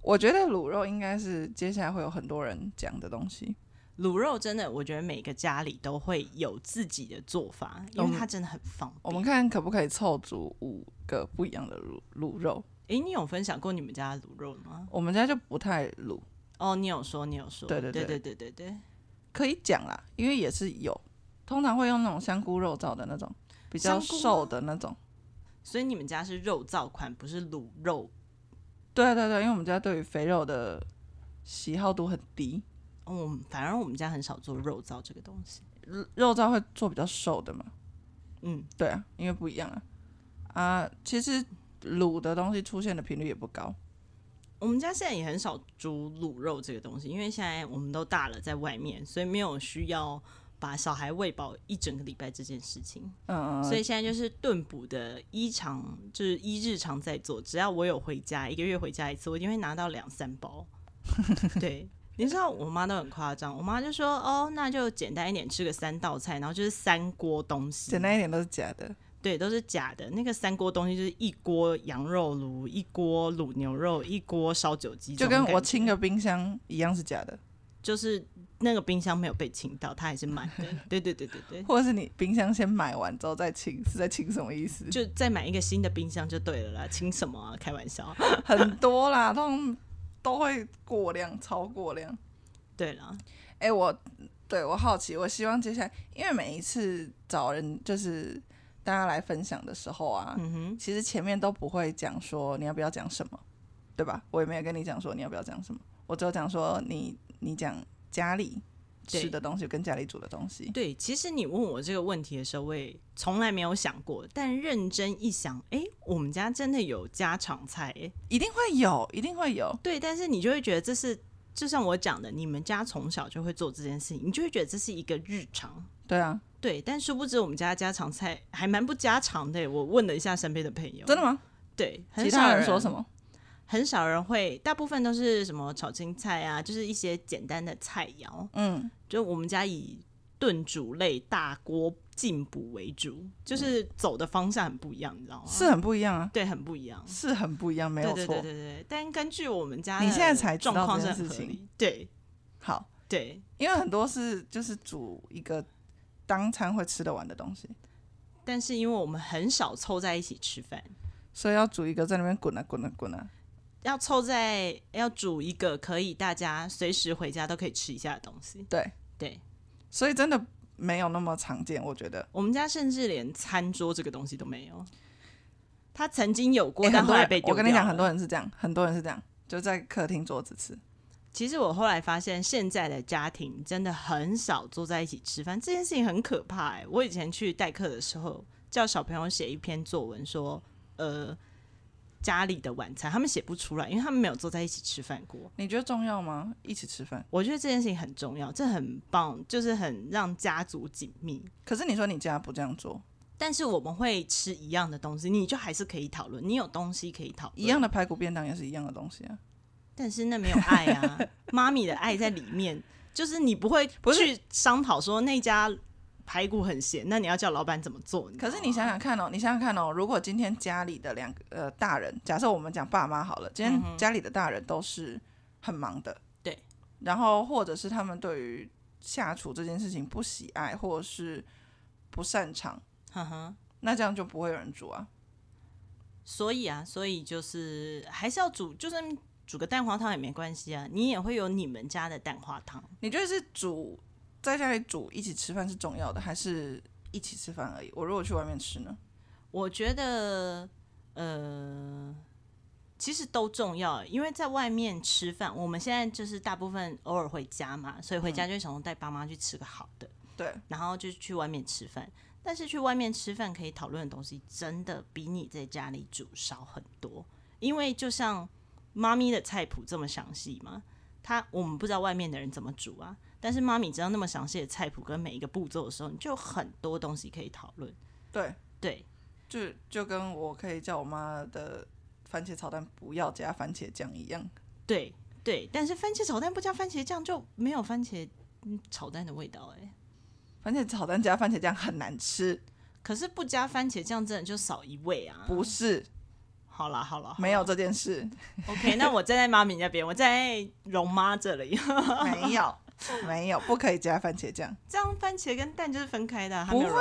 Speaker 1: 我觉得卤肉应该是接下来会有很多人讲的东西。
Speaker 2: 卤肉。真的，我觉得每个家里都会有自己的做法，因
Speaker 1: 我
Speaker 2: 为
Speaker 1: 们
Speaker 2: 它真的很方便。
Speaker 1: 我们看可不可以凑足五个不一样的卤卤肉。
Speaker 2: 哎、你有分享过你们家的卤肉吗？
Speaker 1: 我们家就不太卤，
Speaker 2: 哦，你有说，你有说，
Speaker 1: 对
Speaker 2: 对
Speaker 1: 对
Speaker 2: 对
Speaker 1: 对
Speaker 2: 对对对
Speaker 1: 可以讲啦，因为也是有，通常会用那种香菇肉燥的那种，比较
Speaker 2: 香菇吗
Speaker 1: 瘦的那种。
Speaker 2: 所以你们家是肉燥款，不是卤肉。
Speaker 1: 对啊对对，因为我们家对于肥肉的喜好度很低，
Speaker 2: 嗯，反而我们家很少做肉燥这个东西。
Speaker 1: 肉肉燥会做比较瘦的嘛。
Speaker 2: 嗯，
Speaker 1: 对啊，因为不一样啊。啊，其实卤的东西出现的频率也不高。
Speaker 2: 我们家现在也很少煮卤肉这个东西，因为现在我们都大了，在外面，所以没有需要把小孩喂饱一整个礼拜这件事情。
Speaker 1: 嗯，
Speaker 2: 所以现在就是炖补的一常，就是一日常在做。只要我有回家，一个月回家一次，我一定会拿到两三包。对，你知道我妈都很夸张，我妈就说：“哦，那就简单一点，吃个三道菜，然后就是三锅东西。”
Speaker 1: 简单一点都是假的。
Speaker 2: 对，都是假的。那个三锅东西就是一锅羊肉炉，一锅卤牛肉，一锅烧酒鸡，
Speaker 1: 就跟我清
Speaker 2: 清的，
Speaker 1: 个冰箱一样是假的，
Speaker 2: 就是那个冰箱没有被清到，它还是满的。对对对对对，
Speaker 1: 或者是你冰箱先买完之后再清，是在清什么意思？
Speaker 2: 就再买一个新的冰箱就对了啦。清什么啊？开玩笑。
Speaker 1: 很多啦，通常都会过量、超过量。
Speaker 2: 对啦，
Speaker 1: 哎、我对我好奇，我希望接下来，因为每一次找人就是大家来分享的时候啊，
Speaker 2: 嗯哼，
Speaker 1: 其实前面都不会讲说你要不要讲什么，对吧？我也没有跟你讲说你要不要讲什么，我只有讲说你你讲家里
Speaker 2: 对
Speaker 1: 吃的东西跟家里煮的东西。
Speaker 2: 对。其实你问我这个问题的时候，我也从来没有想过，但认真一想，哎、我们家真的有家常菜、诶
Speaker 1: 一定会有，一定会有。
Speaker 2: 对，但是你就会觉得这是。就像我讲的，你们家从小就会做这件事情，你就会觉得这是一个日常，
Speaker 1: 对啊，
Speaker 2: 对，但殊不知我们家家常菜还蛮不家常的耶。我问了一下身边的朋友，
Speaker 1: 真的吗？
Speaker 2: 对，很
Speaker 1: 其
Speaker 2: 少
Speaker 1: 他人说什？么？
Speaker 2: 很少人会，大部分都是什么炒青菜啊，就是一些简单的菜肴。
Speaker 1: 嗯，
Speaker 2: 就我们家以炖煮类大锅进补为主，就是走的方向很不一样，你知道吗？
Speaker 1: 嗯是很不一样啊，
Speaker 2: 对，很不一样。
Speaker 1: 是很不一样，没有错。
Speaker 2: 对对对对对。但根据我们家的
Speaker 1: 你现在才知
Speaker 2: 状
Speaker 1: 道
Speaker 2: 况
Speaker 1: 这
Speaker 2: 是
Speaker 1: 件
Speaker 2: 很
Speaker 1: 事
Speaker 2: 合
Speaker 1: 情
Speaker 2: 理，对
Speaker 1: 好，
Speaker 2: 对
Speaker 1: 因为很多是就是煮一个当餐会吃得完的东西，
Speaker 2: 但是因为我们很少凑在一起吃饭，
Speaker 1: 所以要煮一个在那边滚啊滚啊滚啊。
Speaker 2: 要凑在要煮一个可以大家随时回家都可以吃一下的东西。
Speaker 1: 对，
Speaker 2: 对
Speaker 1: 所以真的没有那么常见，我觉得。
Speaker 2: 我们家甚至连餐桌这个东西都没有。他曾经有过，
Speaker 1: 诶
Speaker 2: 但
Speaker 1: 很
Speaker 2: 后
Speaker 1: 多
Speaker 2: 来
Speaker 1: 人
Speaker 2: 被丢
Speaker 1: 我跟你
Speaker 2: 掉
Speaker 1: 讲，
Speaker 2: 了
Speaker 1: 很多人是这样，很多人是这样，就在客厅桌子吃。
Speaker 2: 其实我后来发现，现在的家庭真的很少坐在一起吃饭，这件事情很可怕、欸。我以前去代课的时候，叫小朋友写一篇作文说，呃，家里的晚餐，他们写不出来，因为他们没有坐在一起吃饭过。
Speaker 1: 你觉得重要吗？一起吃饭？
Speaker 2: 我觉得这件事情很重要，这很棒，就是很让家族紧密。
Speaker 1: 可是你说你家不这样做，
Speaker 2: 但是我们会吃一样的东西，你就还是可以讨论，你有东西可以讨论
Speaker 1: 一样，的排骨便当也是一样的东西啊。
Speaker 2: 但是那没有爱啊，妈咪的爱在里面，就是你不会
Speaker 1: 不是
Speaker 2: 去商讨说那家排骨很咸，那你要叫老板怎么做？
Speaker 1: 可是你想想看哦，你想想看哦，如果今天家里的两个呃大人，假设我们讲爸妈好了，今天家里的大人都是很忙的，
Speaker 2: 对，
Speaker 1: 然后或者是他们对于下厨这件事情不喜爱，或者是不擅长，
Speaker 2: 想，呵呵
Speaker 1: 那这样就不会有人煮啊。
Speaker 2: 所以啊，所以就是还是要煮，就算煮个蛋花汤也没关系啊，你也会有你们家的蛋花汤。
Speaker 1: 你觉得是煮在家里煮一起吃饭是重要的，还是一起吃饭而已？我如果去外面吃呢？
Speaker 2: 我觉得，呃，其实都重要，因为在外面吃饭，我们现在就是大部分偶尔回家嘛，所以回家就想说带爸妈去吃个好的，
Speaker 1: 对，
Speaker 2: 然后就去外面吃饭。但是去外面吃饭可以讨论的东西，真的比你在家里煮少很多，因为就像妈咪的菜谱这么详细嘛，她我们不知道外面的人怎么煮啊，但是妈咪知道那么详细的菜谱跟每一个步骤的时候，你就有很多东西可以讨论。
Speaker 1: 对，
Speaker 2: 对，
Speaker 1: 就就跟我可以叫我妈的番茄炒蛋不要加番茄酱一样。
Speaker 2: 对对，但是番茄炒蛋不加番茄酱就没有番茄嗯炒蛋的味道哎、
Speaker 1: 番茄炒蛋加番茄酱很难吃，
Speaker 2: 可是不加番茄酱真的就少一味啊。
Speaker 1: 不是
Speaker 2: 好啦好啦，好啦
Speaker 1: 没有这件事，
Speaker 2: OK，那我 站在妈咪那边，我站在容妈这里，
Speaker 1: 没有没有，不可以加番茄酱，
Speaker 2: 这样番茄跟蛋就是分开的啊，它没有融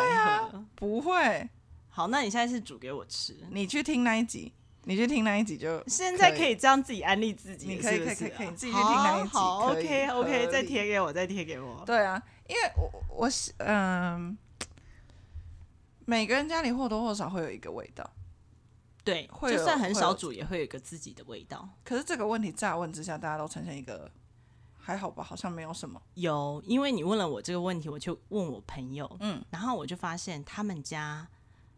Speaker 2: 合。
Speaker 1: 不会。
Speaker 2: 好，那你下一次煮给我吃。
Speaker 1: 你去听那一集，你去听那一集就
Speaker 2: 现在可以这样自己安利自己
Speaker 1: 你
Speaker 2: 了，
Speaker 1: 可以
Speaker 2: 是不是啊
Speaker 1: 可以可以可以你自己去听那一集
Speaker 2: 好好
Speaker 1: 可以
Speaker 2: ，OK
Speaker 1: 合
Speaker 2: OK，
Speaker 1: 理
Speaker 2: 再贴给我，再贴给我。
Speaker 1: 对啊，因为我我是嗯，每个人家里或多或少会有一个味道，
Speaker 2: 对，
Speaker 1: 会有
Speaker 2: 就算很
Speaker 1: 会
Speaker 2: 少
Speaker 1: 有
Speaker 2: 煮，也会有一个自己的味道。
Speaker 1: 可是这个问题乍问之下，大家都呈现一个还好吧，好像没有什么。
Speaker 2: 有，因为你问了我这个问题，我就问我朋友，
Speaker 1: 嗯，
Speaker 2: 然后我就发现他们家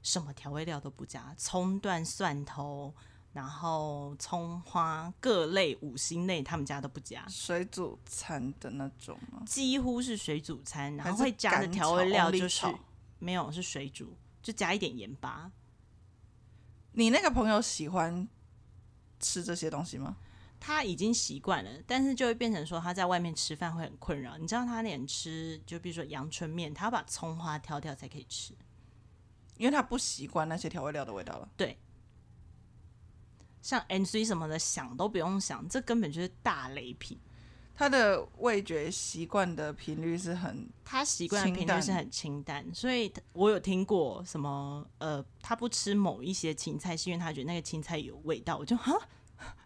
Speaker 2: 什么调味料都不加，葱段、蒜头，然后葱花各类五星类他们家都不加，
Speaker 1: 水煮餐的那种吗？
Speaker 2: 几乎是水煮餐，然
Speaker 1: 还
Speaker 2: 后
Speaker 1: 是
Speaker 2: 会加的
Speaker 1: 干
Speaker 2: 调味
Speaker 1: 炒
Speaker 2: 料
Speaker 1: only
Speaker 2: 就是
Speaker 1: 炒
Speaker 2: 没有是水煮，就加一点盐巴。
Speaker 1: 你那个朋友喜欢吃这些东西吗？
Speaker 2: 他已经习惯了，但是就会变成说他在外面吃饭会很困扰。你知道他连吃，就比如说阳春面，他要把葱花挑掉才可以吃。
Speaker 1: 因为他不习惯那些调味料的味道了。
Speaker 2: 像 N C 什么的，想都不用想，这根本就是大雷品。
Speaker 1: 他的味觉习惯的频率是很
Speaker 2: 他习惯的频率是很清淡，所以我有听过什么呃，他不吃某一些芹菜，是因为他觉得那个芹菜有味道。我就哈，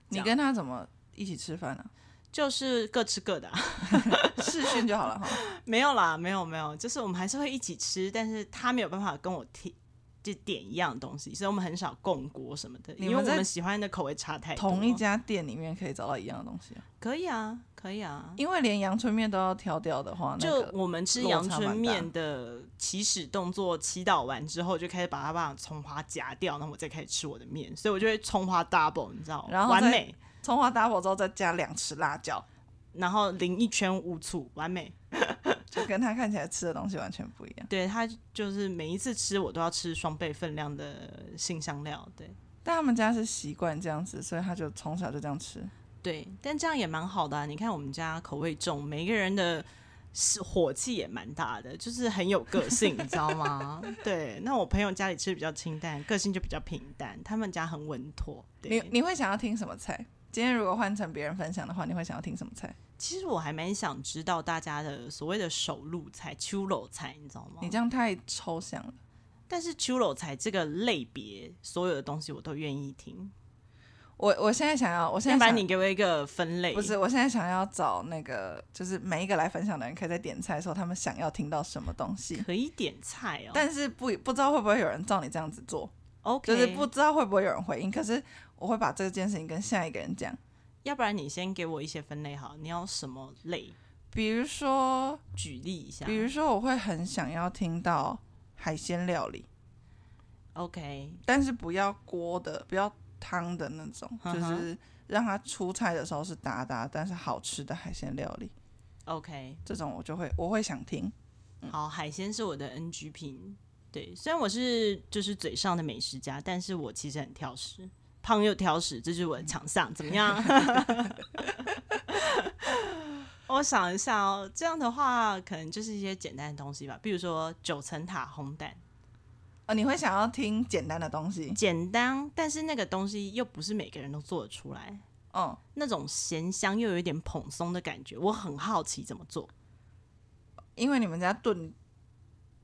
Speaker 1: 你跟他怎么一起吃饭 呢、
Speaker 2: 就是各吃各的、啊，
Speaker 1: 啊？视讯就好了哈。
Speaker 2: 没有啦，没有没有，就是我们还是会一起吃，但是他没有办法跟我提就点一样东西，所以我们很少共锅什么的，
Speaker 1: 你
Speaker 2: 因
Speaker 1: 们
Speaker 2: 为我
Speaker 1: 在
Speaker 2: 们喜欢的口味差太多。
Speaker 1: 同一家店里面可以找到一样的东西啊、
Speaker 2: 可以啊，可以啊，
Speaker 1: 因为连阳春面都要挑掉的话，那
Speaker 2: 就
Speaker 1: 个
Speaker 2: 我们吃
Speaker 1: 落
Speaker 2: 阳
Speaker 1: 差
Speaker 2: 春
Speaker 1: 蛮
Speaker 2: 面的起始动作，祈祷完之后就开始把它把葱花夹掉，然后我再开始吃我的面，所以我就会葱花 double，你知道吗？
Speaker 1: 然后
Speaker 2: 完
Speaker 1: 再
Speaker 2: 美，
Speaker 1: 葱花 double 之后再加两匙辣椒，
Speaker 2: 然后淋一圈无醋，完美。
Speaker 1: 就跟他看起来吃的东西完全不一样。
Speaker 2: 对他就是每一次吃我都要吃双倍分量的新香料，对
Speaker 1: 但他们家是习惯这样子，所以他就从小就这样吃。
Speaker 2: 对，但这样也蛮好的、啊。你看我们家口味重，每个人的是火气也蛮大的，就是很有个性，你知道吗？ 对，那我朋友家里吃比较清淡，个性就比较平淡，他们家很稳妥。
Speaker 1: 你
Speaker 2: 对，
Speaker 1: 你会想要听什么菜？今天如果换成别人分享的话，你会想要听什么菜？
Speaker 2: 其实我还蛮想知道大家的所谓的手露菜、秋露菜，你知道吗
Speaker 1: 你？这样太抽象了。
Speaker 2: 但是秋露菜这个类别，所有的东西我都愿意听。
Speaker 1: 我我现在想要，我现
Speaker 2: 要
Speaker 1: 在
Speaker 2: 不
Speaker 1: 想
Speaker 2: 然你给哎我一个分类，
Speaker 1: 不是，我现在想要找那个，就是每一个来分享的人，可以在点菜的时候，他们想要听到什么东西。
Speaker 2: 可以点菜哦。
Speaker 1: 但是不不知道会不会有人照你这样子做，
Speaker 2: OK，
Speaker 1: 就是不，知道会不会有人回应。可是我会把这件事情跟下一个人讲，
Speaker 2: 要不然你先给我一些分类好，你要什么类？
Speaker 1: 比如说，
Speaker 2: 举例一下。
Speaker 1: 比如说我会很想要听到海鲜料理，
Speaker 2: OK，
Speaker 1: 但是不要锅的，不要汤的那种，
Speaker 2: 嗯
Speaker 1: 就
Speaker 2: 哼
Speaker 1: 是让它出菜的时候是搭搭，但是好吃的海鲜料理，
Speaker 2: OK，
Speaker 1: 这种我就会我会想听。嗯
Speaker 2: 好，海鲜是我的 NG 品。对，虽然我是就是嘴上的美食家，但是我其实很挑食，胖又挑食，这就是我的强项。怎么样？ 我想一下哦，这样的话可能就是一些简单的东西吧，比如说九层塔烘蛋，
Speaker 1: 呃，你会想要听简单的东西，
Speaker 2: 简单，但是那个东西又不是每个人都做得出来，
Speaker 1: 嗯，
Speaker 2: 那种咸香又有一点蓬松的感觉，我很好奇怎么做。
Speaker 1: 因为你们家炖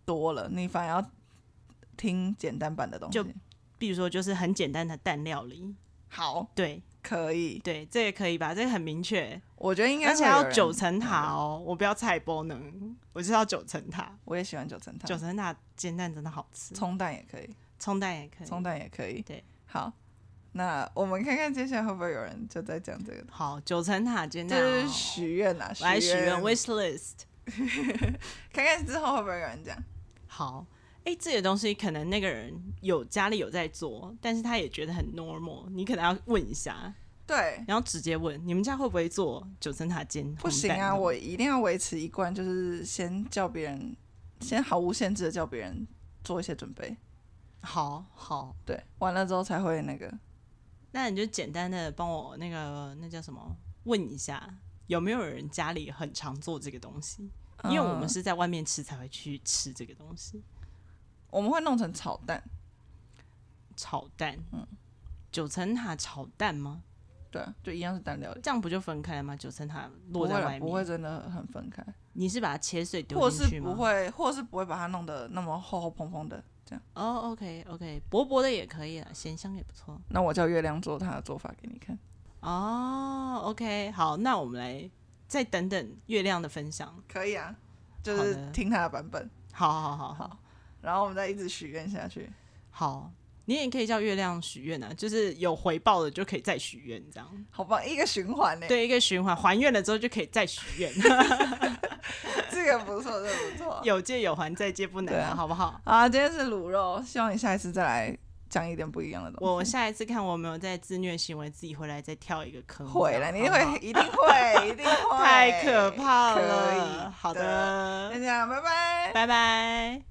Speaker 1: 多了，你反而要听简单版的东
Speaker 2: 就
Speaker 1: 西。
Speaker 2: 比如说，就是很简单的蛋料理，
Speaker 1: 好，
Speaker 2: 对
Speaker 1: 可以，
Speaker 2: 对，这也可以吧，这个很明确。
Speaker 1: 我觉得应该
Speaker 2: 而且
Speaker 1: 会有
Speaker 2: 要
Speaker 1: 人嗯
Speaker 2: 九，层塔哦，我不要菜包能，我就是要九层塔。
Speaker 1: 我也喜欢九层塔
Speaker 2: 九，层塔煎蛋真的好吃，
Speaker 1: 葱蛋也可以，
Speaker 2: 葱蛋也可以。
Speaker 1: 葱蛋也可以。
Speaker 2: 对，
Speaker 1: 好，那我们看看接下来会不会有人就在讲这个，
Speaker 2: 好，九层塔煎
Speaker 1: 这
Speaker 2: 蛋、
Speaker 1: 是
Speaker 2: 哦，
Speaker 1: 许愿啊，
Speaker 2: 我来许愿
Speaker 1: 愿，
Speaker 2: wish list。
Speaker 1: 看看之后会不会有人讲。
Speaker 2: 好，哎、这些东西可能那个人有家里有在做，但是他也觉得很 normal，你可能要问一下，
Speaker 1: 对，
Speaker 2: 然后直接问你们家会不会做九层塔煎红蛋？
Speaker 1: 不行啊，我一定要维持一贯，就是先叫别人，先毫无限制的叫别人做一些准备。
Speaker 2: 好好，
Speaker 1: 对，完了之后才会那个。
Speaker 2: 那你就简单的帮我那个那叫什么问一下，有没有人家里很常做这个东西？因为我们
Speaker 1: 嗯
Speaker 2: 是在外面吃才会去吃这个东西，
Speaker 1: 我们会弄成炒蛋，
Speaker 2: 炒蛋，嗯，九层塔炒蛋吗？
Speaker 1: 对啊，就一样是蛋料理，
Speaker 2: 这样不就分开了吗？九层塔
Speaker 1: 不
Speaker 2: 落
Speaker 1: 会
Speaker 2: 在
Speaker 1: 啦
Speaker 2: 外
Speaker 1: 不会
Speaker 2: 面，
Speaker 1: 真的很分开，
Speaker 2: 你是把它切碎丢
Speaker 1: 或
Speaker 2: 进
Speaker 1: 是
Speaker 2: 去吗？
Speaker 1: 不会，或是不会把它弄得那么厚厚蓬蓬的这样。
Speaker 2: 哦，OK，OK、o k OK，薄薄的也可以了，咸香也不错。
Speaker 1: 那我叫月亮做它的做法给你看。
Speaker 2: 哦，OK，好，那我们来再等等月亮的分享。
Speaker 1: 可以啊，就
Speaker 2: 好
Speaker 1: 是
Speaker 2: 的
Speaker 1: 听他的版本，
Speaker 2: 好好好好
Speaker 1: 好然后我们再一直许愿下去。
Speaker 2: 好，你也可以叫月亮许愿啊，就是有回报的就可以再许愿，这样
Speaker 1: 好棒，一个循环 呢。，
Speaker 2: 对一个循环，还愿了之后就可以再许 愿，
Speaker 1: 这个不错，这个不错。
Speaker 2: 有借有还，再借不难
Speaker 1: 对
Speaker 2: 啊，
Speaker 1: 啊
Speaker 2: 好 不好？
Speaker 1: 好啊，今天是卤肉，希望你下一次再来讲一点不一样的东西。
Speaker 2: 我下一次看我有没有在自虐行为，自己回来再跳一个坑，
Speaker 1: 会了，
Speaker 2: 这
Speaker 1: 你
Speaker 2: 样好不好
Speaker 1: 会一定会，一定会。
Speaker 2: 太可怕
Speaker 1: 可
Speaker 2: 了。
Speaker 1: 以
Speaker 2: 好
Speaker 1: 的，
Speaker 2: 的
Speaker 1: 那，这样，拜拜。
Speaker 2: 拜拜。